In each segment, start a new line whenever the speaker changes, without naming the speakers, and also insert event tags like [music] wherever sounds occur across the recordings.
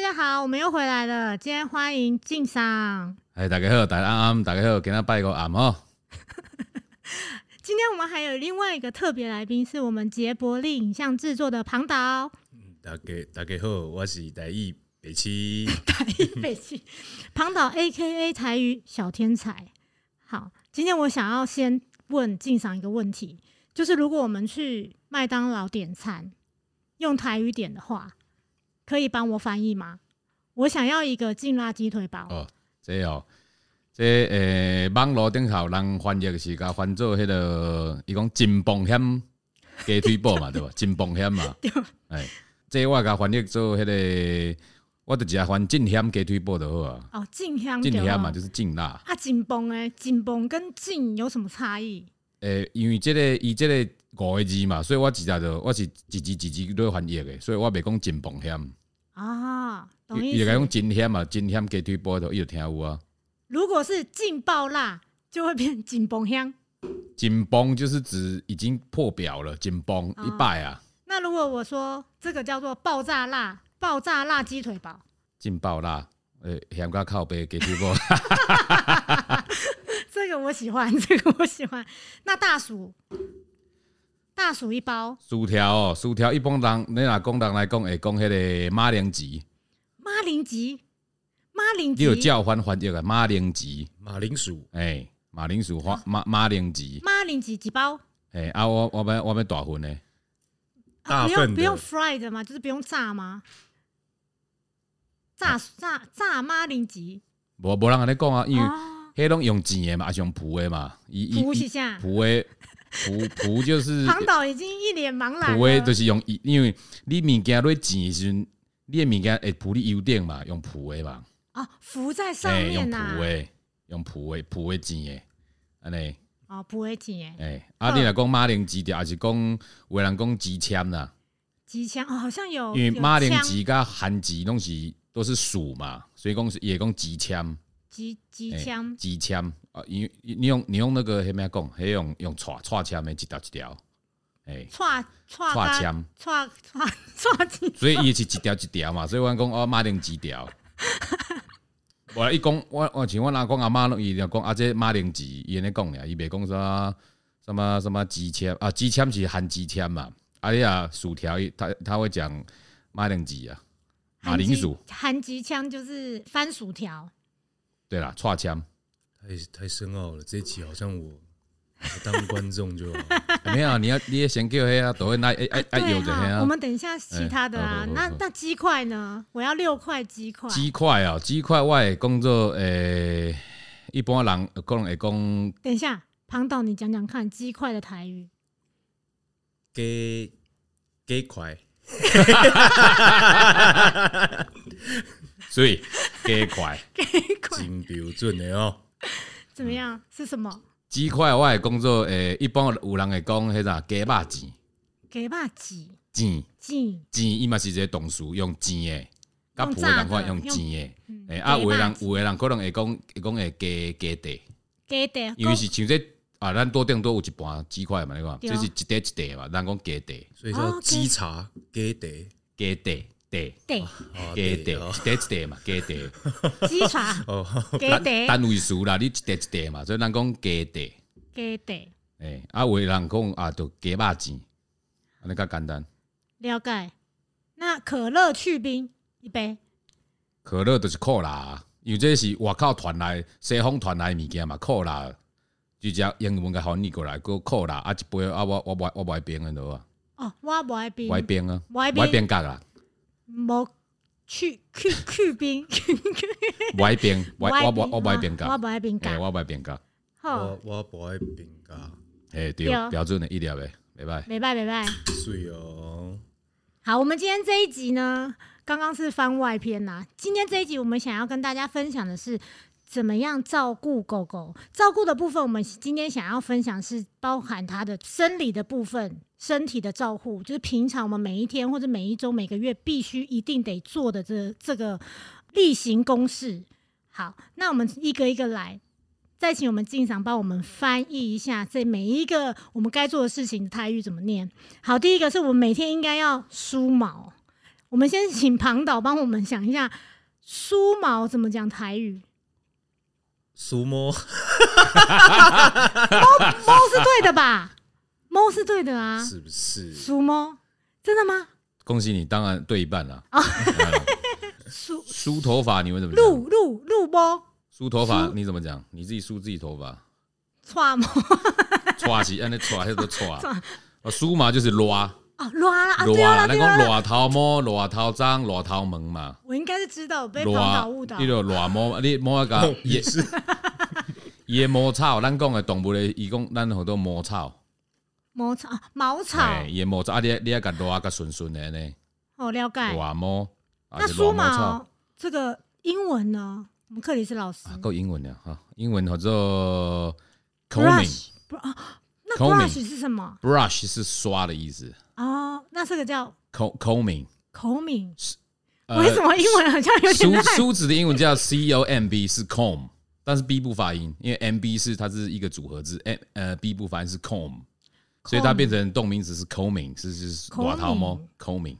家好，我们又回来了。今天欢迎敬赏。
哎，大家好，大家暗暗，大家好，给他拜个暗哦。
今天我们还有另外一个特别来宾，是我们杰伯利影像制作的庞导。
大家大家好，我是台语北七。
[laughs]
台语北七，哎庞导 A K A 台语小天才。好，今天我想要先问敬赏一个问题，就是如果我们去麦当劳点餐，用台语点的话，可以帮我翻译吗？我想要一个劲辣鸡腿堡。
[coughs] 哦，这哦，这诶、网络顶头人翻译是甲翻做迄、个，伊讲真风险鸡腿堡
[laughs]
嘛，对吧？真风险嘛，
对吧
哎，这我甲翻译做迄、个，我直接翻进香鸡腿堡就好啊，
哦，劲
嗯
香
进
对
香嘛
吗
就是进辣。
啊，紧绷哎，紧绷跟劲有什么差异？
诶、因为即、个伊即个五个字嘛，所以我直接就我是一字一字咧翻译的，所以我袂讲真风险，
啊，懂
伊
意
伊就
思
讲。真险嘛，真险鸡腿堡就伊就听有啊。
如果是劲爆辣，就会变紧绷香。
紧绷就是指已经破表了，紧绷
哦
一拜啊，
那如果我说这个叫做爆炸辣，爆炸辣鸡腿堡，
劲爆啦，呃，嫌较靠背给推过，
这个我喜欢， [laughs] 这个我喜欢。那大薯，大薯一包，
[laughs] 薯条哦，薯条一般人，你若讲人来讲，会讲迄个马铃薯，
马铃吉，马铃
你有
吉，
叫翻翻译个马铃薯，
马铃薯
哎、马铃薯
哦
花马马铃薯，
马铃吉几包？
哎、啊，我我们我们大份呢，
啊
大
不
份
用
的
不用 fried 吗？就是不用炸吗？炸炸炸马铃吉
无无人安尼讲啊，因为
哦，
迄拢用钱的嘛，还是用蒲的嘛，伊伊
扑一
伊
下。
蒲的蒲蒲
[laughs]
就是
庞导已经一脸茫然
普诶，就
了。
是用伊，因为你物件落钱的时阵，你的物件会浮你优点嘛，用普诶嘛，
哦，浮在上
诶，
面
哎
啊
用
呐、
普诶，用普诶，普诶钱诶，安尼
哦，不会钱哎，
诶，啊，你若讲马铃薯条，还是讲有的人讲鸡签啦，
机枪哦，好像有，
因为
有
马铃
枪
薯甲番薯拢是都是薯嘛，所以讲是也讲鸡签，
机机
诶
枪，
鸡签啊，因为你用你用那个迄咩讲，迄用用串串签诶，一条一条，诶，
串串啊
串
干
签，
串串串机，
所以伊是一条一条嘛，所以阮讲哦，马铃薯条。无啦，伊讲我我像阮阿公阿嬷拢伊就讲啊，这马铃薯伊安尼讲俩，伊袂讲啥什么什么鸡签啊，鸡签是含鸡签嘛，啊你啊薯条伊他他会讲马铃薯啊， [laughs] 马铃薯
韩籍，韩机枪就是番薯条，
对啦，串签，
太太深奥了，这一期好像我我当观众就好
[laughs]
了。
啊没有，你要你也先叫迄啊，都会那哎哎哎
对
有着
哈
迄
我
啊，
们等一下其他的啊
哎，好好
那
好
那鸡块呢？我要六块鸡块，
鸡块哦，鸡块我会讲做诶，一般人可能会讲
等一下，庞导你讲讲看鸡块的台语，
给给块
所以鸡块。
鸡块
真标准的哦，
怎
嗯
么样？是什么？
鸡块我的工作诶、一般有人会讲迄啥鸡肉钱
给吧鸡
钱
鸡，
钱，伊嘛是一个动词，用钱诶，甲
用
普通人
炸
款
的
用
用
钱诶。
嗯
诶、啊，
鸡
有诶
肉
人
钱
有诶人可能会讲会讲会鸡鸡地，
给的，
因为是像这啊，咱多顶多有一盘鸡块嘛，你看，
对
这是一块一块嘛，人讲鸡地
所以
哦
叫
，OK
鸡茶给得
鸡地地
对
啊
鸡地
得
一
哦
块一块嘛，鸡地
鸡
[laughs]
爪 [laughs]
哦，
给
单
的
单位数啦，你一块一块嘛，所以咱讲鸡地。
给的，
诶、啊，有诶人讲啊，就鸡肉钱，安尼较简单。
了解。那可乐去冰一杯，
可乐就是可乐，因为这是外口传来西方传来的物件嘛，可乐。就只英文甲翻译过来，个可乐啊一杯啊，我我我我不爱冰的落啊，
哦，我不爱冰
不，爱冰啊，
不爱
不爱
冰，
冰角啦，
无去去去冰，
不爱冰，我我我
冰
我不爱冰
我
角，
不爱冰
诶，
干，
我不爱冰角，
好
我，我不爱饼干，
诶，对哦
对，
标准的一粒的，袂歹。
拜拜拜拜。
水哦，
好，我们今天这一集呢，刚刚是番外篇啦。今天这一集我们想要跟大家分享的是。怎么样照顾狗狗？照顾的部分，我们今天想要分享是包含它的生理的部分、身体的照顾，就是平常我们每一天或者每一周、每个月必须一定得做的这这个例行公事。好，那我们一个一个来，再请我们进赏帮我们翻译一下这每一个我们该做的事情，台语怎么念。好，第一个是我们每天应该要梳毛。我们先请庞导帮我们想一下梳毛怎么讲台
[laughs]
语。
苏摸
啊猫是对的吧？猫是对的啊，
是不是？
梳猫真的吗？
恭喜你，当然对一半啦。梳梳头发你会怎么讲？
鹿鹿鹿猫
梳头发你怎么讲？你自己梳自己头发， [laughs]
串毛
抓起按那抓，那都 [laughs] 抓。啊，梳嘛就是拉，
哦，乱啦啊，对
拉
啦
啦，
对
咱
啦
讲
对啦，
拉头毛、拉头脏、拉头毛嘛。
我应该是知道我被庞
拉
导误导，
啊你
对
就拉毛，你摸一个
[laughs] 哦
野
也是
野毛草，咱讲的动物的，伊讲咱好多毛草，
毛草啊毛草
哎，野毛草，啊，你你要甲拉甲顺顺的呢，
哦，了解。
拉毛，啊
那
就
梳
拉草
毛这个英文呢？我们克里斯老师
啊，够英文了哈，英文叫做 combing，brush
brush 不啊，那
Combing
brush 是什么？
是刷的意思
哦，那这个叫
，com combing，
口敏。
呃
为什么英文好像有 [laughs] 点
梳
烂？
梳子的英文叫 c o m b 是 comb，但是 b 不发音，因为 m b 是它是一个组合字，m 呃 b 不发音是 comb，所以它变成动名词是 combing，是是瓦桃猫 combing，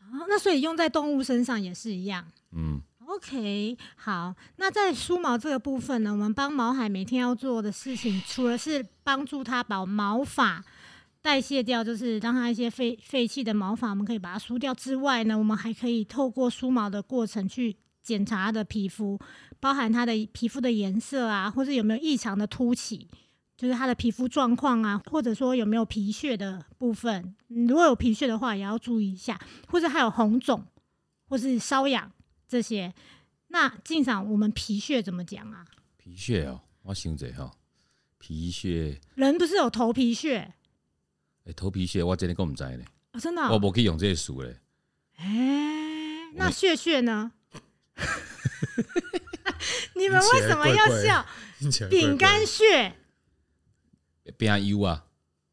哦那所以用在动物身上也是一样。
嗯，
OK，好，那在梳毛这个部分呢，我们帮毛孩每天要做的事情，除了是帮助它把毛发代谢掉，就是让它一些废废弃的毛发，我们可以把它梳掉之外呢，我们还可以透过梳毛的过程去检查它的皮肤，包含它的皮肤的颜色啊，或者有没有异常的凸起。就是它的皮肤状况啊，或者说有没有皮屑的部分，嗯如果有皮屑的话，也要注意一下，或者还有红肿，或是瘙痒这些。那进赏我们皮屑怎么讲啊？
皮屑哦，我想者哈，皮屑，
人不是有头皮屑
诶，头皮屑我真的够唔知咧，
哦，真的、
我
哦？
无去用这个词咧，
哎、那屑屑 [laughs] 呢？你们为什么要
听起来怪
笑？
听起来怪
[laughs]
怪
饼干屑
变优啊，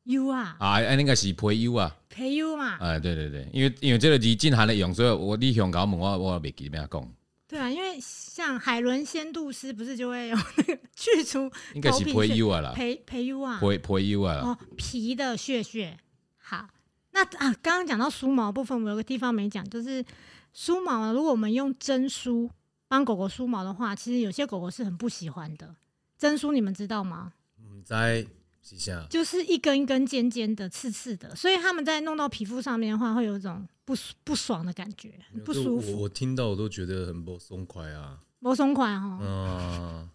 ，U 啊，
啊，啊应该是皮优啊。
培 U 嘛，
哎，对对对，因为因为这个字真含咧用，所以我你向搞问我，我袂记咩讲，
对啊，因为像海伦仙度丝不是就会有那个去除
应该是
头皮
皮
屑
优啊啦，
培培 U 啊，
皮皮优啊啦，
哦，皮的屑屑。好，那啊，刚刚讲到梳毛部分，我有个地方没讲，就是梳毛呢，如果我们用针梳帮狗狗梳毛的话，其实有些狗狗是很不喜欢的。针梳你们知道吗？
唔知是啥？
就是一根一根尖尖的、刺刺的，所以他们在弄到皮肤上面的话，会有一种不舒不爽的感觉，不舒
我
服，
我听到我都觉得很不松快啊。
不松快哦。
啊，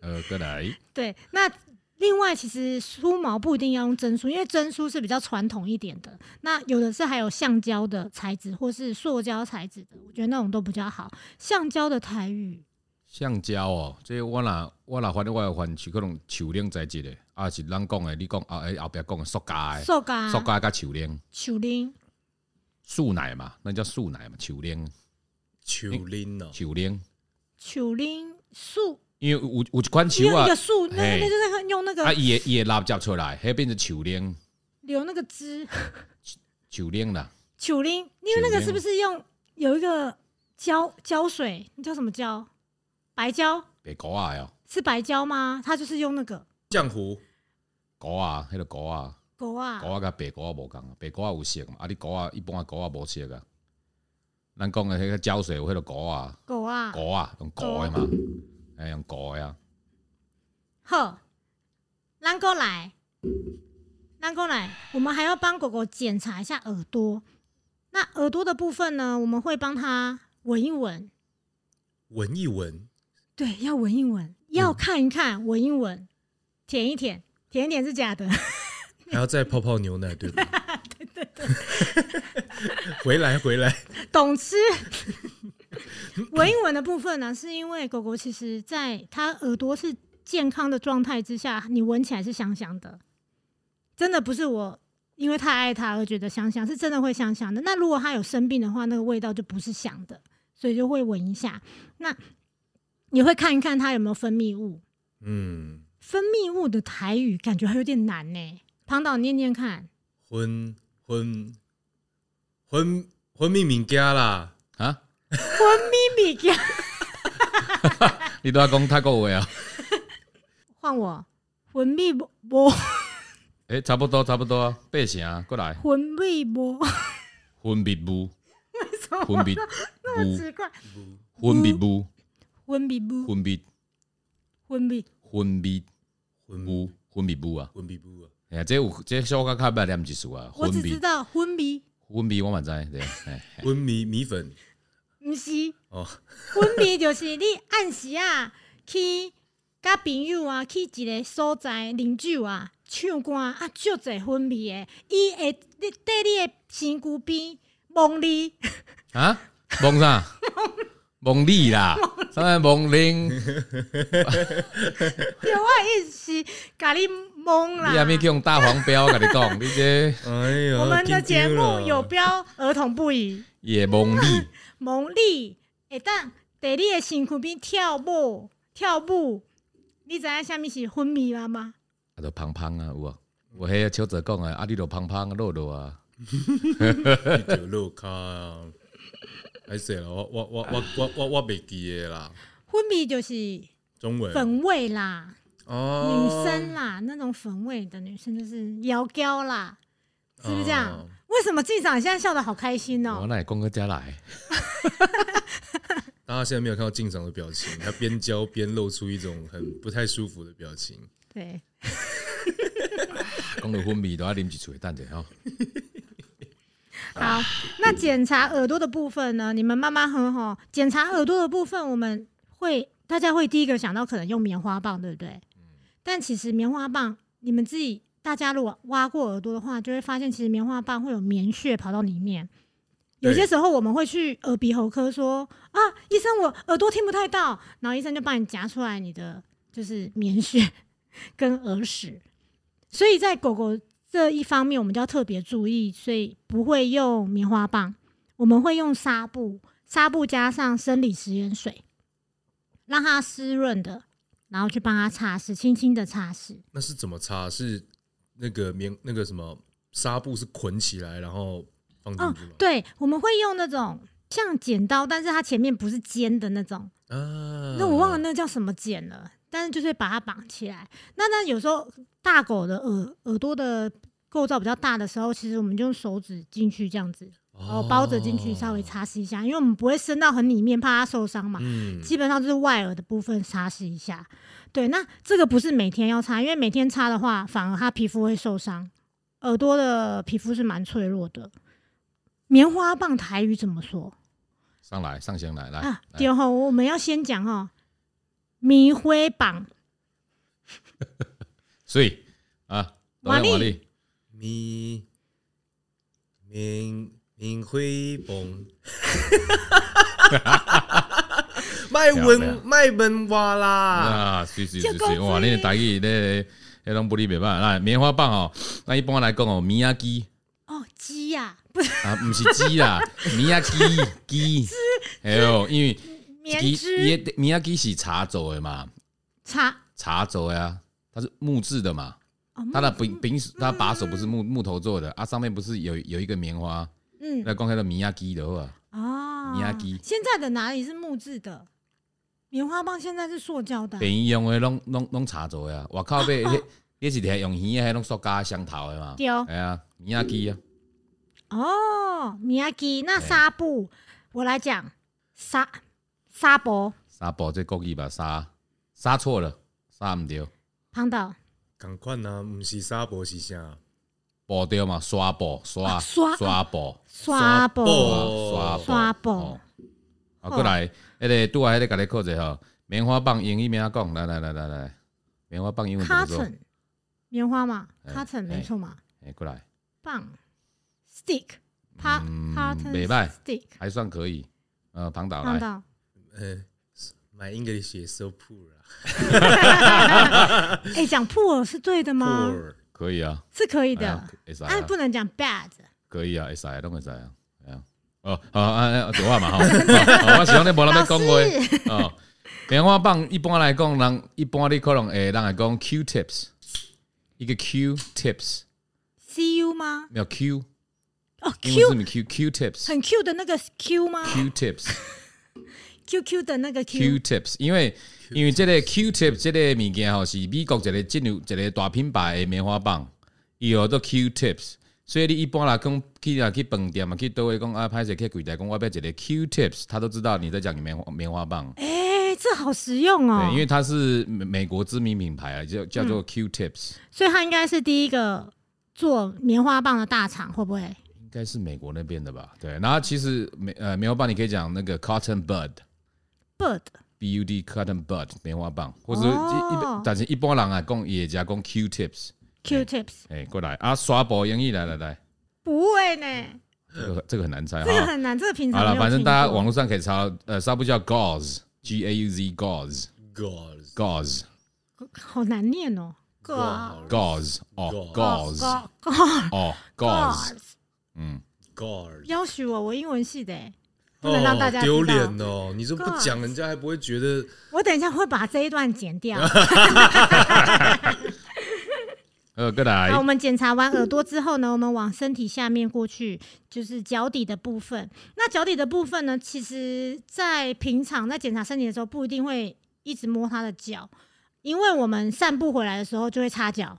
呃，过来，
对，那另外其实梳毛不一定要用针梳，因为针梳是比较传统一点的。那有的是还有橡胶的材质或是塑胶材质的，我觉得那种都比较好。橡胶的台语
橡胶哦，这我若我若反正我有反是可能树链在一个，啊是咱讲的，你讲啊，哎后壁讲的塑胶的，
塑胶、
哎塑胶甲树链，
手铃，
树奶嘛，那叫树奶嘛，树链
树林哦，
树链，
手铃树，
因为有有有一款
用
树啊
一个，树，那
嘿
那就是用那
啊
个
伊会伊会拉接出来，迄变成树链，
留那个枝
树链啦，
手铃，因为那
手
个
铃
是不是用有一个胶胶水，那叫什么胶？白胶
白果啊哟，
是白胶吗？它就是用那个
浆糊
果啊，迄个果啊，
狗啊，
果啊甲白果啊无共啊，白果啊有色嘛，啊你果啊一般啊果啊无色啊，咱讲的迄个胶水有迄个果啊，
狗啊，
果啊用果的嘛，哎用果的啊，
好，咱过来，咱过来，我们还要帮狗狗检查一下耳朵。那耳朵的部分呢，我们会帮它闻一闻，
闻一闻，
对，要闻一闻，要看一看，闻一闻，舔一舔，舔一舔是假的， [laughs]
还要再泡泡牛奶，对吧？对对对， [laughs] 回来回来，
懂吃。闻一闻的部分呢，是因为狗狗其实在它耳朵是健康的状态之下，你闻起来是香香的，真的不是我因为太爱它而觉得香香，是真的会香香的。那如果它有生病的话，那个味道就不是香的，所以就会闻一下。那你会看一看它有没有分泌物，
嗯，
分泌物的台语感觉还有点难呢、庞导念念看，
昏昏昏昏迷物件啦，
啊。
咪咪呀，
你都要讲泰国话啊？
换我，魂咪波，
诶、差不多，差不多啊，八成啊，过来，
魂咪波。
分泌物，
什么
分
[laughs]
泌物，
奇怪？
分泌物，
昏迷不？
分泌
昏迷
分泌
昏迷
物，分泌物啊！
昏迷不啊，
哎呀，这有这小可较捌念一词啊，
我
分
只知
泌
道昏迷，
分泌我嘛知对，
[laughs]
哎
昏迷米粉
不是
哦，
昏迷，就是你暗时啊去甲朋友啊去一个所在啉酒啊唱歌啊，足侪昏迷的，伊会你缀你的身躯边望你， [laughs]
啊，蒙啥？蒙你啦，啥物蒙玲，
[laughs] 对我的意思是甲你蒙啦
你。还没去用大黄标，我啊跟
[laughs]
你讲，你这
哎呀，
我们的节
紧张
目
啦
有标儿童不宜。
也
[laughs]
蒙你，
蒙你会当在你的身躯边跳舞跳舞，你知影啥物是昏迷了吗？
啊，就芳芳啊，有无？我迄个小泽讲啊，啊，你就芳芳啊，落落啊，
你就落卡啊，还是啦，我我我我我我我袂记诶啦，
昏迷就是
中文
粉味啦，
哦
女生啦，那种粉味的女生就是摇娇啦，是不是这样？
哦
为什么进长现在笑得好开心
我
哦、
哪会讲到遮来？
大家现在没有看到进场的表情，他边教边露出一种很不太舒服的表情。
对，
讲到昏迷都要啉一喙，等者吼。
好，那检查耳朵的部分呢？你们慢慢哼吼。检查耳朵的部分，我们会大家会第一个想到可能用棉花棒，对不对？但其实棉花棒，你们自己大家如果挖过耳朵的话，就会发现其实棉花棒会有棉屑跑到里面。有
对
些时候我们会去耳鼻喉科说啊，医生我耳朵听不太到，然后医生就帮你夹出来你的就是棉屑跟耳屎，所以在狗狗这一方面我们就要特别注意，所以不会用棉花棒，我们会用纱布，纱布加上生理食盐水，让它湿润的，然后去帮它擦拭，轻轻的擦拭。
那是怎么擦？是那个棉那个什么纱布是捆起来，然后放进
哦
去吗？，
对，我们会用那种像剪刀，但是它前面不是尖的那种，
啊，
哦那我忘了那叫什么剪了，但是就是把它绑起来。那那有时候大狗的耳耳朵的构造比较大的时候，其实我们就用手指进去这样子，然后包着进去稍微擦拭一下，因为我们不会伸到很里面，怕它受伤嘛。
嗯，
基本上就是外耳的部分擦拭一下。对，那这个不是每天要擦，因为每天擦的话，反而它皮肤会受伤，耳朵的皮肤是蛮脆弱的。棉花棒台语怎么说
上来，上先来，来，
啊？
来
对吼，我们要先讲哦，棉花棒，
所以啊，
瓦力
瓦力，
咪明明辉崩，
[laughs]
卖文卖文蛙啦，
啊，是是是
这公
是，
司
哇，你的台语咧，迄拢不哩袂歹。来，棉花棒哦，那一般来讲哦，米亚鸡
哦，鸡呀、不是
啊，毋是鸡啦，米亚鸡鸡，哎呦，因为
棉
鸡
织
伊米亚鸡是茶做的嘛，
茶
茶做的啊，它是木质的嘛，
哦，
它的柄柄它把手不是木木头做的啊，上面不是有有一个棉花，
嗯
那光看到米亚鸡的话，
哦，
棉花
现在的哪里是木质的？棉花棒现在是塑胶的啊、哦
便宜用的拢拢拢茶做的啊，外口买迄迄是摕用鱼的，迄拢塑胶的双头的嘛，
对哦
哎呀，米亚鸡啊。
哦，米亚基那
对
纱布，我来讲纱纱布，
沙宝这国语吧，沙沙错了，沙唔对，
胖到
赶快呐，不是纱布是啥？
宝对嘛，刷宝刷
啊刷
刷宝
纱布啊
布
刷
纱布
哦啊，过来，迄个拄啊，迄个甲你考者吼，棉花棒英语名仔讲，来来来来来，棉花棒英文怎么说？
，cotton 棉花嘛
哎
，cotton 没错嘛，
哎，过来，
棒 stick 帕
嗯
cotton
袂歹
stick
还算可以。呃，庞导
胖
来， [laughs]
到
呃，My English is so poor 啊
哎，讲 poor 是对的吗？
，poor
可以啊，
是可以
哎
的
呀，会使
哎，
啊，
不能讲 bad。
可以啊，会使啊，拢会使啊，哎呀，哦，好啊啊，啊对我嘛吼， [laughs] 哦我是讲你无人要
老
讲话。
师，
哦，棉花棒一般来讲，人一般你可能会人会讲 Q tips，一个 Q tips
c u 吗？
没有 Q，
哦
英
，Q
文字母 Q Q tips
很 Q 的那个 Q 吗
Q tips
？Q Q 的那个
Q
Q，
tips，因为因为这个 Q tip 这个物件吼是美国一个进入一个大品牌的棉花棒，伊有做 Q tips，所以你一般来讲去啊去饭店嘛，去都会讲啊，拍摄去柜台讲我要一个 Q tips，他都知道你在讲棉花棉花棒。
哎、这好实用哦
对，因。为它是美美国知名品牌啊，叫叫做 Q tips，、
所以它应该是第一个做棉花棒的大厂，会不会？
应该是美国那边的吧？对，然后其实棉呃棉花棒你可以讲那个 cotton bud。
Bird
B U D cotton bud 棉花棒，或者一、
哦
一但是一般人啊讲也加讲 Q tips，
Q-tips
哎、过来啊，刷博英语来来来，
不会呢，
这个这个很难猜
这个
哈。
很难，这个平常
好
没有
了，反正
听
大家
过
网络上可以查到，呃，纱布叫 gauze g a u z gauze
God
gauze
好难念哦。g o
gauze 哦 gauze
God God
哦 gauze，
God，
嗯，
God，
要许我，我英文系的欸，不能让大
哦
家，知
丢
道。
脸哦！你这不
God
讲，人家还不会觉得
我等一下会把这一段剪掉。
呃，过
好，
来
我，们检查完耳朵之后呢，我们往身体下面过去，就是脚底的部分。那脚底的部分呢，其实在平常在检查身体的时候，不一定会一直摸他的脚，因为我们散步回来的时候就会擦脚，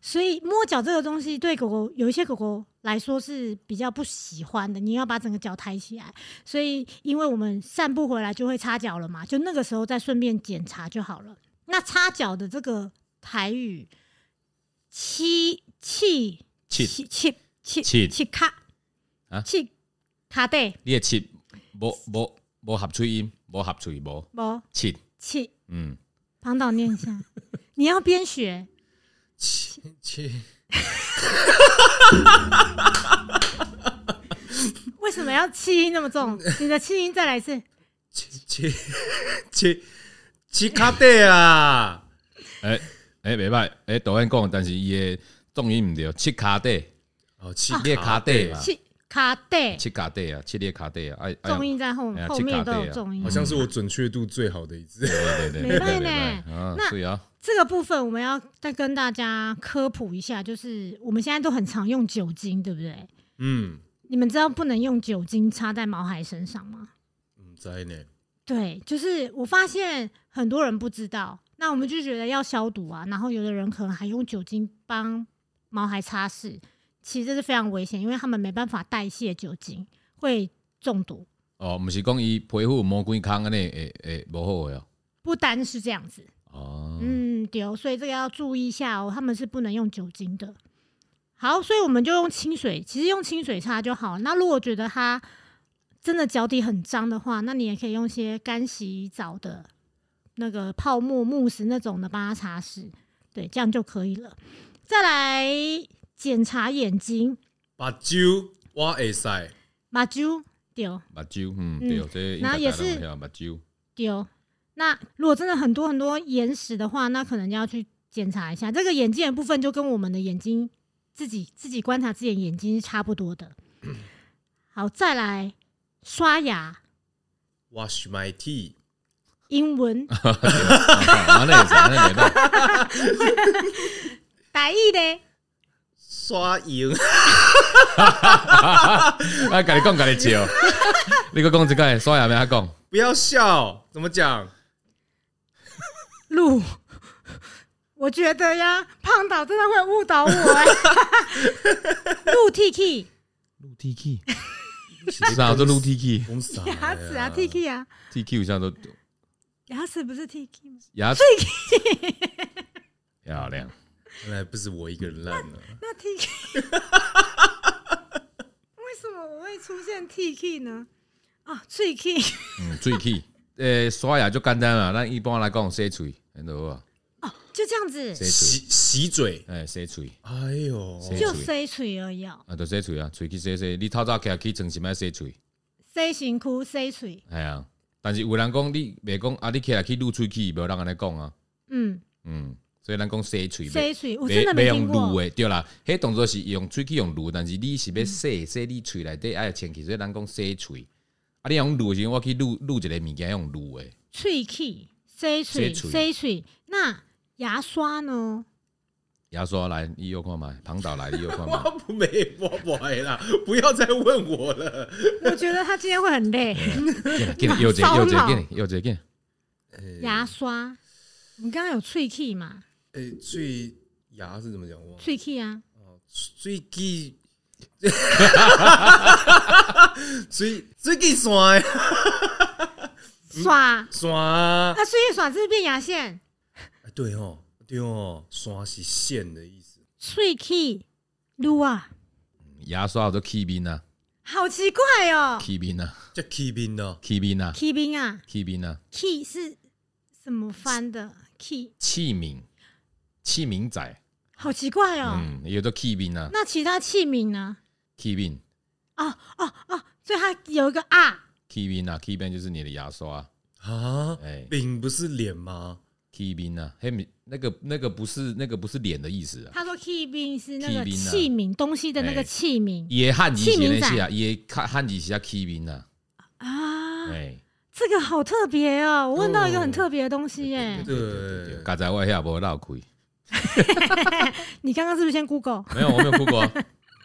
所以摸脚这个东西对狗狗有一些狗狗来说是比较不喜欢的。你要把整个脚抬起来，所以因为我们散步回来就会擦脚了嘛，就那个时候再顺便检查就好了。那擦脚的这个台语。七七
切
七七七
切
七卡
啊
七卡对
你的切，无无无合嘴音，无合嘴无
不
切，
七
嗯，
庞导念一下，你要边学
切切
为什么要气音那么重？你的气音再来一次，
切切切 [laughs] 切卡带啊！
哎哎袂歹，哎导演讲，但是伊的重音唔对，切卡底，
哦，切
你的卡底啊，
七卡对
切卡底啊，切你的卡底啊，哎哎呀
重音在后
哎呀
后面都
七卡
有
底啊
重音
好。像是我准确度最好的一次。
对对
没
对，
办呢
对对啊，
那
对啊，
这个部分我们要再跟大家科普一下，就是我们现在都很常用酒精，对不对？
嗯，
你们知道不能用酒精擦在毛孩身上吗？
唔知呢，
对，就是我发现很多人不知道，那我们就觉得要消毒啊，然后有的人可能还用酒精帮毛孩擦拭，其实这是非常危险，因为他们没办法代谢酒精，会中毒。
哦，毋是讲伊皮肤有魔鬼康安尼，会会无好诶
不单是这样子，
哦。哦，
嗯，对哦，所以这个要注意一下哦，他们是不能用酒精的。好，所以我们就用清水，其实用清水擦就好。那如果觉得它真的脚底很脏的话，那你也可以用一些干洗澡的那个泡沫慕斯那种的帮它擦拭，对，这样就可以了。再来检查眼睛，
把酒我会使，
马珠丢
目睭，嗯，
嗯
对，这应
那
该
也
大家
是
拢晓目睭。 [laughs]
丢。那如果真的很多很多眼屎的话，那可能就要去检查一下。这个眼睛的部分就跟我们的眼睛自己自己观察自己的眼睛是差不多的。好，再来刷牙，
wash my teeth，
英文
安尼会使，安尼袂歹。
打意嘞，
刷牙，
啊，甲你讲，甲你
[laughs]
笑。你个讲一个，刷牙咩？他讲，
[laughs] 不要笑，怎么讲？
录。我觉得呀，胖导真的会误导我、欸。录 T K
露 T K，知道做露 T K，T
[laughs]
讲啥哎呀？
牙齿啊，T K 啊，
K 有啥都
牙齿不是 T K 吗？
牙齿漂亮。
看来哎不是我一个人烂啊了。
那 T K，为什么我会出现 T K 呢？啊，最 K
嗯，喙齿，诶，刷牙就简单啦。咱一般来讲，洗喙，很好啊，
哦， [laughs] 就这样子，
洗
洗
喙，
洗嘴，
诶，洗喙。
哎呦，
谁
就 C 锤而已、哦，
啊，就洗喙啊，喙齿洗洗。你透早起来去床是爱洗喙。
C 型哭 C 锤，
系啊，但是有人讲你袂讲啊，你起来去撸喙齿，无人安尼讲啊。
嗯
嗯，所以咱讲洗喙，
，C 锤，我真
袂
的没
袂
听
用撸
过。
的，对啦。迄动作是用喙齿用撸，但是你是要洗洗你喙内底爱啊清气，所以咱讲洗喙。啊，你用撸的时候，我去撸撸一个物件用撸的，
脆 K C 锤
洗
C 锤，那牙刷 [laughs] 呢？
牙刷来，你有看嘛？旁导来，你有看嘛？
[laughs]
我不没我不会啦，不要再问我了。
我觉得他今天会很 [laughs] 累。
给你，给你，又一个，
烧
又一个，
脑
给你，又一个，给你。
哎
牙刷，我们刚刚有脆 K 嘛？
哎
嗯
诶，最牙是怎么讲？我忘了
脆 K 啊，
[laughs] 最记水水计线的
耍啊，
线啊，
所以耍是变牙线，
哎对哦，对哦，线是线的意思。
喙齿撸啊，
牙刷有做起面啊，
好奇怪哦。
起面啊，
这起面哦，
起面啊，
k 冰啊
起面啊，
，key 是什么翻的？key
器皿，器皿仔，
好奇怪哦。
嗯，有做起面啊，
那其他器皿呢？
起面，
哦哦哦，所以它有一个啊，
起面啊，起面就是你的牙刷，
啊
哎，
饼不是脸吗？
起面啊，嘿，那个那个不是那个不是脸的意思啊，
他说 key 冰是那个
key 冰啊
器皿东西的那个
哎
器皿
也汉字写那些啊，也汉汉字写起面啊，
啊，
哎，
这个好特别哦。我问到一个很特别的东西耶，
哦对对对，刚才我遐无闹开。
你刚刚是不是先 Google？
没有，我没有 Google 啊，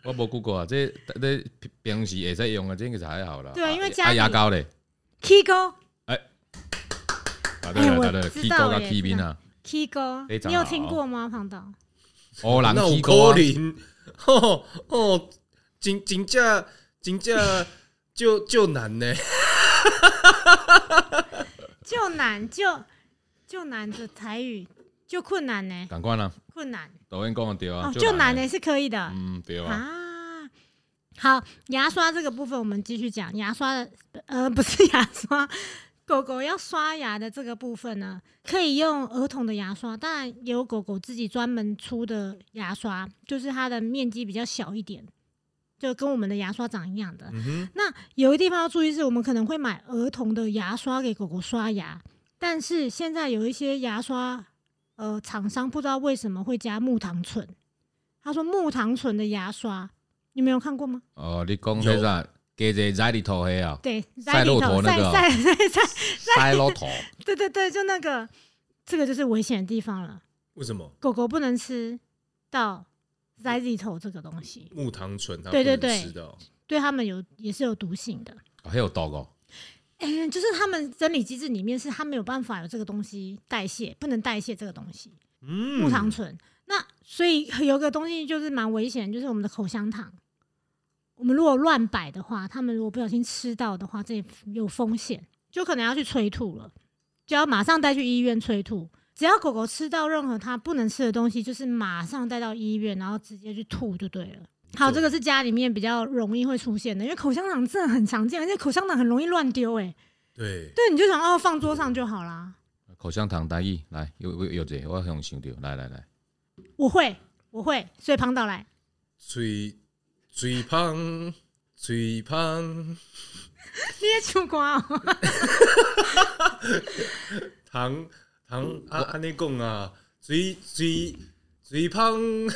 我无 Google 啊，这这平时会使用的，这应该是还好啦。
对啊因为
啊
家
啊
里
牙膏嘞，
key 勾
啊对
哎
了
我
对了
知
，K
道
哥
耶
跟 K 兵啊，
key 勾
非，常
你有
好
听过吗？胖导，
哦人
那有
K 哥
可
啊，
能， [laughs] 哦哦，真真正真正就就难呢。
就难就就难的台语就困难呢，
赶快啦，
困难
啊抖音讲的对啊
哦，，就难
的，
呢是可以的。
嗯对啊，
啊。好，牙刷这个部分我们继续讲。牙刷的，呃，不是牙刷，狗狗要刷牙的这个部分呢，可以用儿童的牙刷，当然也有狗狗自己专门出的牙刷，就是它的面积比较小一点，就跟我们的牙刷长一样的。
嗯哼。
那有一地方要注意是，我们可能会买儿童的牙刷给狗狗刷牙，但是现在有一些牙刷，呃，厂商不知道为什么会加木糖醇。他说木糖醇的牙刷，你们有看过吗？
哦你讲那啥，加一个在里头黑
[laughs]
啊， [laughs]
对，
赛骆驼那
晒
个哦
晒 [laughs] 晒晒，
塞骆头，
对对对，就那个，这个就是危险的地方了。
为什么
狗狗不能吃到 Zyzito 这个东西，
木糖醇它
对对
不能
对
吃到？
对它们有也是有毒性的。
还有毒哦，
嗯，就是他们生理机制里面是它没有办法有这个东西代谢，不能代谢这个东西
嗯，
木糖醇。那所以有个东西就是蛮危险，就是我们的口香糖。我们如果乱摆的话，他们如果不小心吃到的话，这有风险，就可能要去催吐了，就要马上带去医院催吐。只要狗狗吃到任何它不能吃的东西，就是马上带到医院，然后直接去吐就对了。好，
对
这个是家里面比较容易会出现的，因为口香糖真的很常见，而且口香糖很容易乱丢、欸，
对，
对，你就想哦，放桌上就好啦。
口香糖大意，来有有有这，我想想到，来来来，
我会，我会，所以庞导来，
嘴嘴胖，嘴胖，
你也唱歌哦。
糖糖啊，安尼讲啊，嘴嘴嘴胖， [laughs]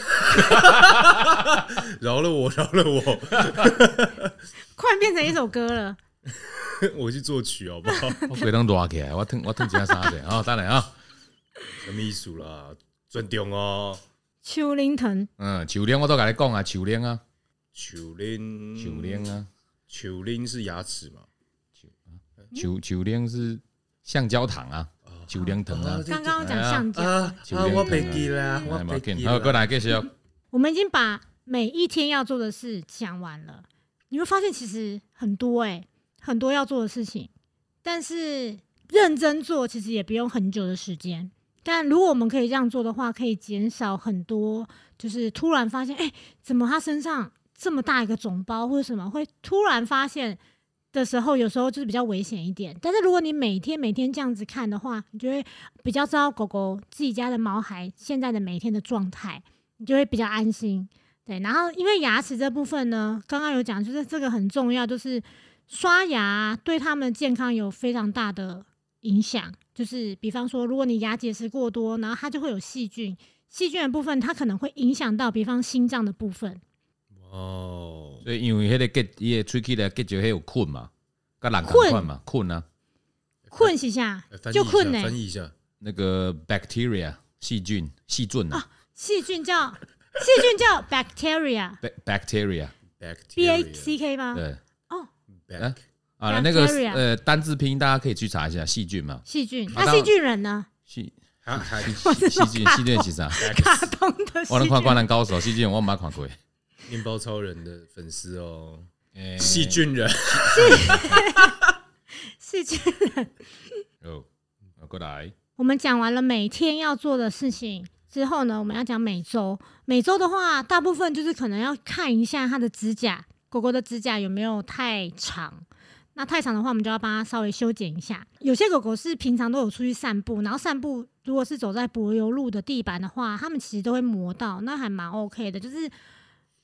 饶了我，饶了我， [laughs]
快变成一首歌了。
我去作曲好不好？
我鬼当热起来，我烫我烫一下啥子啊，等下啊，
什么意思啦？尊重哦，
丘陵藤，
嗯，手链我都跟你讲啊，手链啊，
手链，
手链，啊，
手链是牙齿嘛？
手手链是橡胶糖啊，手链糖啊
啊。
刚刚讲
哎呀
橡胶，
啊
手
啊，
链
我
疼
袂
啊
记啦，我
来，冇
袂
紧
记
好，过
啦。
来继续。
我们已经把每一天要做的事讲完了。你会发现其实很多哎、很多要做的事情，但是认真做其实也不用很久的时间。但如果我们可以这样做的话，可以减少很多，就是突然发现，哎、怎么他身上这么大一个肿包或者什么，会突然发现的时候，有时候就是比较危险一点。但是如果你每天每天这样子看的话，你就会比较知道狗狗自己家的毛孩现在的每天的状态。你就会比较安心。对，然后因为牙齿这部分呢，刚刚有讲，就是这个很重要，就是刷牙对他们健康有非常大的影响。就是比方说，如果你牙结石过多，然后它就会有细菌，细菌的部分它可能会影响到，比方心脏的部分。
哦，
所以因为迄个结，伊个喙齿内结石迄有困嘛，甲人
菌
同款嘛，困啊，
困一下
哎翻译
就
一
困
下
呢、
翻译一下，
那个 bacteria 细菌细菌啊
细菌叫细菌叫 bacteria
，ba-，bacteria [laughs]
啊
b a c k 吗？
对
哦，
back
啊，那个
Bacteria
呃单字拼音大家可以去查一下，细菌嘛，
细菌。
啊
那
当
细
然
菌人呢？
细
还
[laughs]
还
细细菌细菌是啥？
[laughs] 卡通的细
我能看《灌
菌。
篮高手》细菌，我毋捌看过，
面包超人的粉丝哦，
诶
细菌人，
是这
哦，啊过来，
我们讲完了每天要做的事情之后呢，我们要讲每周。每周的话，大部分就是可能要看一下它的指甲，狗狗的指甲有没有太长。那太长的话，我们就要帮它稍微修剪一下。有些狗狗是平常都有出去散步，然后散步如果是走在柏油路的地板的话，它们其实都会磨到，那还蛮 OK 的。就是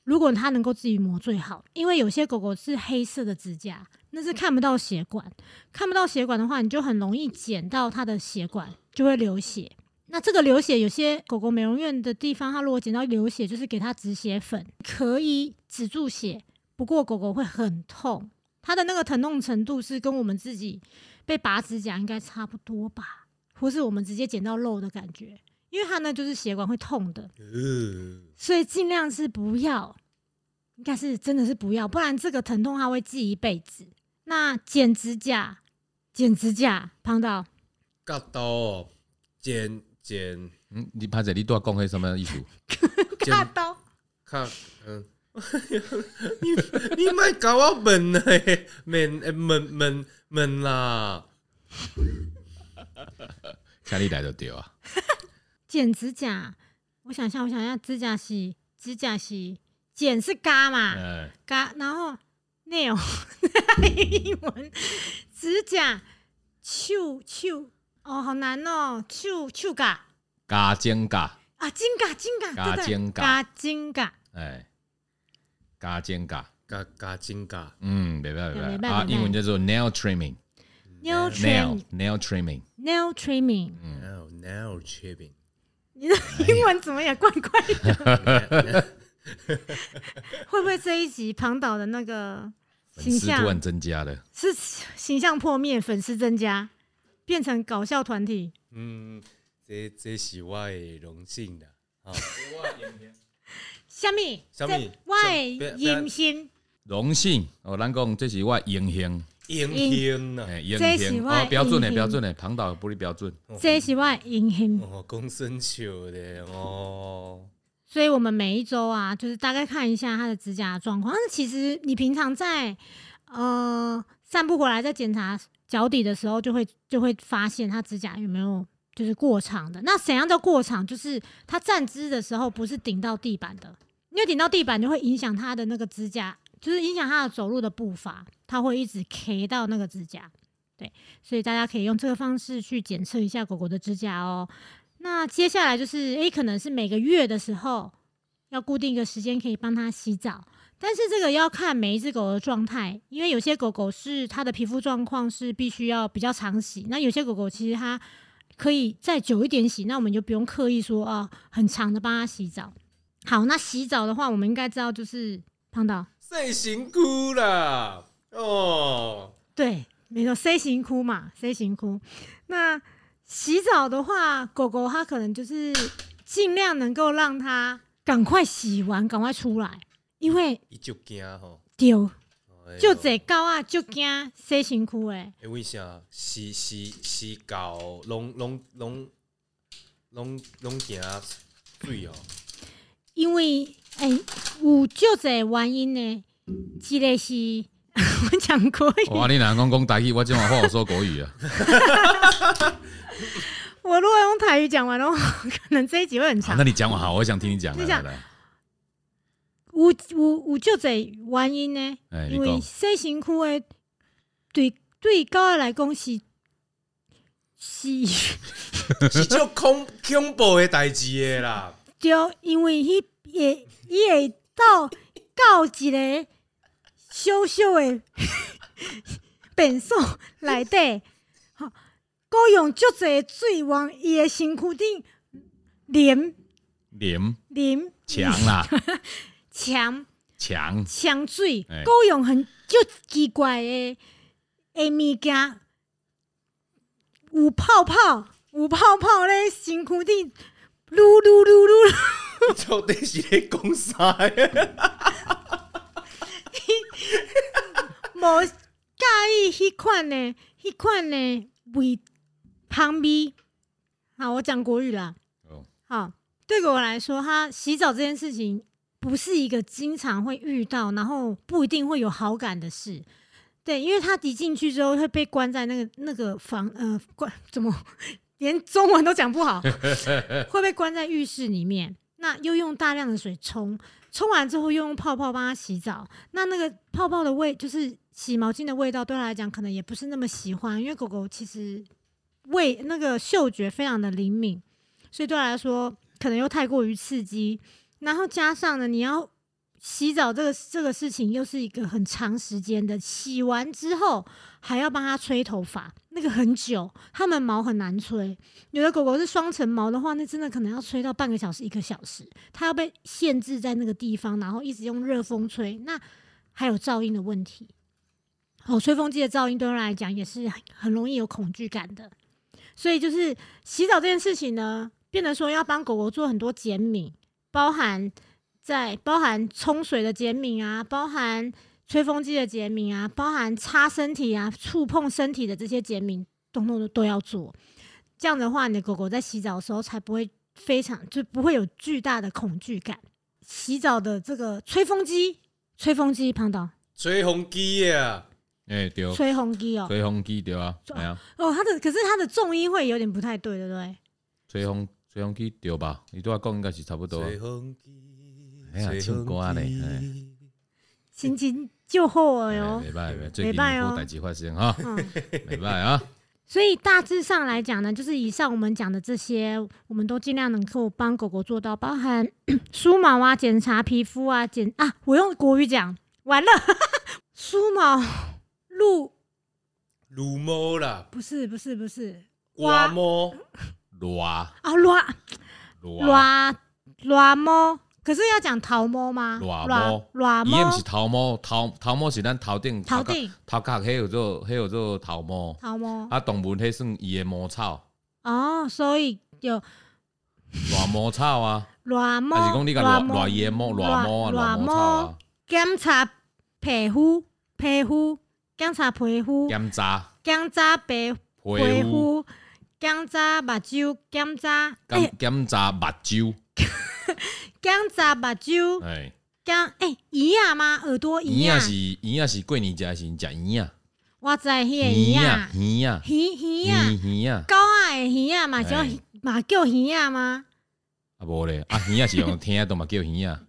如果它能够自己磨最好，因为有些狗狗是黑色的指甲，那是看不到血管。看不到血管的话，你就很容易剪到它的血管，就会流血。那这个流血，有些狗狗美容院的地方，它如果剪到流血，就是给它止血粉，可以止住血。不过狗狗会很痛，它的那个疼痛程度是跟我们自己被拔指甲应该差不多吧，或是我们直接剪到肉的感觉，因为它呢就是血管会痛的。
呃
所以尽量是不要，应该是真的是不要，不然这个疼痛它会记一辈子。那剪指甲，剪指甲，胖到
割刀哦，剪剪
嗯，你拍者你都讲迄什么意思？
剪
大刀，
看，嗯， [laughs] 你你卖啊搞我问呢？ [laughs] 问诶问问问啦！
请你来就对啊。
剪指甲。我想一下，我想一下，指甲洗，指甲洗，剪是嘎嘛，
哎，
嘎，然后 nail 英文指甲，chew chew，哦，好难哦，chew chew 嘎
加尖加，
啊，金嘎金嘎，对
嘎
对，
金嘎
嘎金嘎，
哎，加尖加，
嘎嘎金嘎，
嗯，袂歹
对
袂
袂歹
歹啊，
袂歹
英文叫做 nail trimming，nail
nail trim
nail trimming，
nail trimming。
嗯
now now trimming，
你的
哎
英文怎么也怪怪的？会不会这一集庞导的那个
粉
形
丝突然
象
增加了，
是形象破灭，粉丝增加，变成搞笑团体？
嗯，这这是我的荣幸啦。啊，
虾米？
什么
外
什么
隐形，
荣幸哦，咱讲这是我的荣幸，
英雄啊啦，
哎，荣
这是
幸
我的
哦，标准
荣
的
幸
标准的，庞导不哩标准， [laughs]
这是外隐形。
哦，公孙球的哦，
所以我们每一周啊，就是大概看一下他的指甲的状况。但是其实你平常在呃散步回来，在检查脚底的时候，就会就会发现他指甲有没有就是过长的。那怎样叫过长？就是他站姿的时候不是顶到地板的，因为顶到地板就会影响他的那个指甲，就是影响他的走路的步伐，他会一直 K 到那个指甲。对，所以大家可以用这个方式去检测一下狗狗的指甲哦。那接下来就是，诶、可能是每个月的时候要固定一个时间可以帮它洗澡，但是这个要看每一只狗的状态，因为有些狗狗是它的皮肤状况是必须要比较常洗，那有些狗狗其实它可以再久一点洗，那我们就不用刻意说啊、很长的帮它洗澡。好，那洗澡的话，我们应该知道就是胖导
晒辛苦啦，哦，
对，没错，C 型哭嘛，C 型哭。那洗澡的话，狗狗它可能就是尽量能够让它赶快洗完，赶快出来，因为
伊就惊吼，
丢
哎呦
就这高啊，就惊 C 型哭诶。
诶，为啥是是是狗拢拢拢拢拢行水
[laughs]
哦？
因为诶、有就这原因呢，一个是 [laughs] 我讲过，
哇，你哪讲讲台语，我今晚话我说国
[laughs]
语啊，
我如果用台语讲完的话，可能这一集会很
好
长
啊那。你讲完好，我想听你讲，
你
来
讲
来来，
有有有就这原因呢，
哎，你
因为
讲，
洗身躯的对对狗仔来讲是是
是足恐恐怖的代志的啦，
对，因为迄会伊会到到一个小小的便所内底，吼，佮用足侪水往伊的身躯顶淋
脸
淋
强啦，
[laughs] 呛
强，
呛水，
哎
佮用很足奇怪的的物件，有泡泡，有泡泡咧身躯顶，噜噜噜噜。
到底是咧讲啥的？
无介意迄款呢，迄款呢味旁味。好，我讲国语啦。
哦
好，对我来说，他洗澡这件事情不是一个经常会遇到，然后不一定会有好感的事。对，因为他一进去之后会被关在那个那个房，呃，关怎么连中文都讲不好，会被关在浴室里面。那又用大量的水冲，冲完之后又用泡泡帮他洗澡。那那个泡泡的味，就是洗毛巾的味道，对他来讲可能也不是那么喜欢，因为狗狗其实味那个嗅觉非常的灵敏，所以对他来说可能又太过于刺激。然后加上呢，你要洗澡这个这个事情又是一个很长时间的，洗完之后还要帮它吹头发，那个很久，它们毛很难吹。有的狗狗是双层毛的话，那真的可能要吹到半个小时、一个小时，它要被限制在那个地方，然后一直用热风吹。那还有噪音的问题，哦，吹风机的噪音对它来讲也是很容易有恐惧感的。所以就是洗澡这件事情呢，变得说要帮狗狗做很多减敏，包含在包含冲水的减敏啊，包含吹风机的减敏啊，包含擦身体啊、触碰身体的这些减敏，通通都都要做。这样的话，你的狗狗在洗澡的时候才不会非常就不会有巨大的恐惧感。洗澡的这个吹风机，吹风机胖导，
吹风机啊，
哎对，
吹风机哦，
吹风机对啊，哎呀，
哦，它的可是它的重音会有点不太对，对不对？
吹风吹风机对吧？你对我讲应该是差不多啊。
吹风机，
哎呀
吹
唱歌呢
风机
哎
心情就好了哟。
礼拜最
哎袂
近
歹哦
好代志发生哈，
嗯，
礼拜啊，
所以大致上来讲呢，就是以上我们讲的这些，我们都尽量能够帮狗狗做到，包含 [coughs] 梳毛啊、检查皮肤啊、检啊，我用国语讲完了， [laughs] 梳毛、露
乳毛啦，
不是不是不是
刮毛，
热
啊，拉
热，
拉拉猫，可是要讲桃猫吗？
拉
拉
猫
拉
伊毋
猫
是，头毛，头头毛是咱头顶
头顶
头壳，迄有做迄有做头毛，
桃猫
啊动物迄算伊的毛草，
哦，所以有
热毛草啊，
拉
还是
猫，
讲你甲
拉
热
猫
热伊的毛热
拉
毛啊，
拉
热毛草
猫
啊，
检查皮肤皮肤，检查皮肤。
检查
检查皮
皮
皮
肤，
肤，检查目睭，检查哎，
检检查目睭，
检查目睭，
哎，
检哎耳啊吗？耳朵
圆
耳
啊
啊
是，圆啊是过年食的时阵食圆啊，
我知迄个
圆
耳
啊
啊，
圆啊
鱼鱼啊，
圆圆啊，
狗仔的鱼啊嘛叫
哎
嘛叫鱼啊吗？
啊无咧，啊圆啊是用听都嘛叫圆 [laughs] 啊，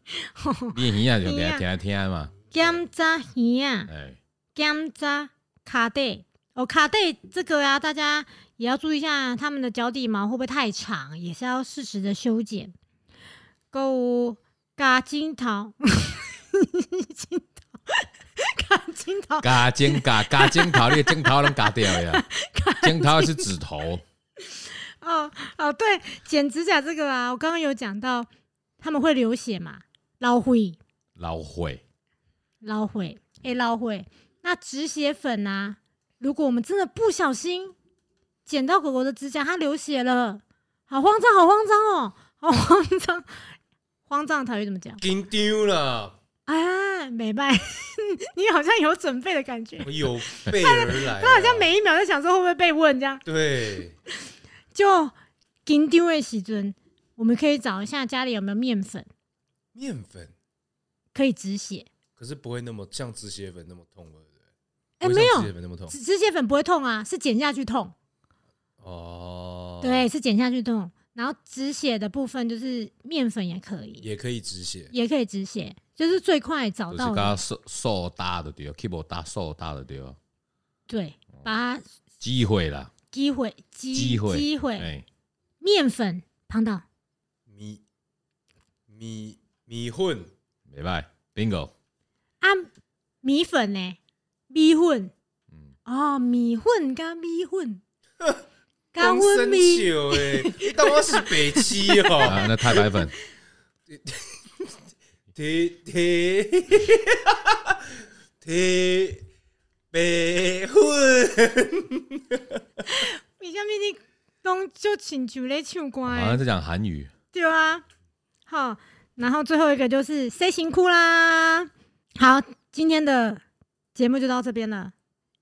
你的圆啊就
圆
听
啊
听听嘛，
检查鱼啊，
哎，
检查卡底。哦，卡底这个呀、啊，大家也要注意一下，他们的脚底毛会不会太长，也是要适时的修剪。购物嘎金桃， [laughs] 金桃，嘎金桃，
加尖加加尖头，你的尖头拢加掉的 [laughs] 啊，尖头是指头。
哦哦，对，剪指甲这个啊，我刚刚有讲到他们会流血嘛，老会
老会
老会哎老会，那止血粉啊，如果我们真的不小心剪到狗狗的指甲，它流血了，好慌张，好慌张哦，好慌张，慌张的台语怎么讲？
紧张啦，
哎，美拜， [laughs] 你好像有准备的感觉，
我有备而来啦，
他好像每一秒在想说会不会被问这样。
对，
就紧张的时阵，我们可以找一下家里有没有面粉
面粉，
可以止血。
可是不会那么像止血粉那么痛，对不对？
哎、
不会
没
像
有
止血，粉那么痛
止止血粉不会痛啊，是剪下去痛。
哦，，
对，是剪下去痛。然后止血的部分就是面粉也可以，
也可以止血，
也可以止血，就是最快找
就是
到
甲
的。
瘦瘦大的对了，keep 大瘦大的对了，
对，把它
机会啦，
击毁，击
机会
击毁
哎，
面粉。啊庞导，
米米米混，
袂歹，bingo，
啊，米粉呢？米粉
嗯，
哦，米粉加米
[laughs]
粉，加
讲
粉
生
米，
笑哎，你当我是北七哦？
啊，那太白 [laughs] 粉，
提 [laughs] 提提白混，
为什么你拢就亲像咧唱歌
好
诶
像？啊在讲韩语，
对啊，好，然后最后一个就是谁辛苦啦。好，今天的节目就到这边了，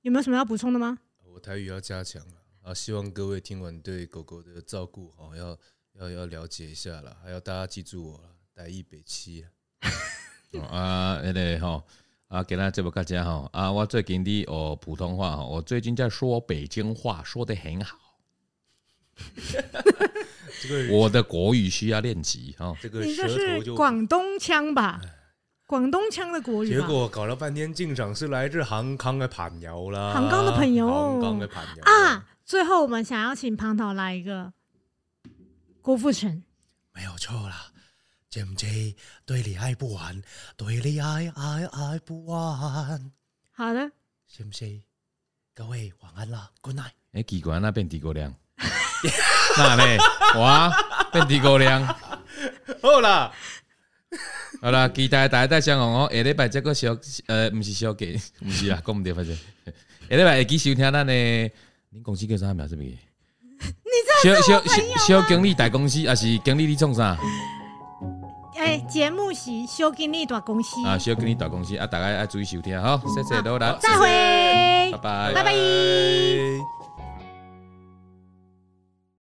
有没有什么要补充的吗？
我台语要加强了啊！希望各位听完对狗狗的照顾哦，要要要了解一下了，还要大家记住我了，台语北七啊。
哦啊，迄个吼，啊，今仔节目到遮吼，啊，我最近伫学普通话吼，我最近在说北京话，说的很好。
这个
我的国语需要练习哦哈。
这个
你这
舌头
是
就，
广东腔吧？广东腔的国语
哎结
吧？
果搞了半天，竟然是来自杭康的朋友啦，
杭康的朋友
杭康的朋友
啊，，最后我们想要请庞导来一个郭富城，
没有错啦。知唔知对你爱不完，对你爱爱爱不完，
好的，
是不是？各位晚安啦，Good night。
哎、奇怪，那变诸葛亮， [laughs] 那嘞，哇，变诸葛亮。
好啦，
好啦，期待大家再相逢哦。下礼拜这个小呃，不是小给， [laughs] 不是啊，讲唔对，反正 [laughs] 下礼拜会记收听咱的。恁公司叫啥名？是不是？你小小小小经理大公司，还是经理你创啥？
哎，节目是修经理大公司，
啊，小经理大公司啊，大家要注意收听哈。谢谢
好
罗兰，
再会，
拜拜
拜拜
拜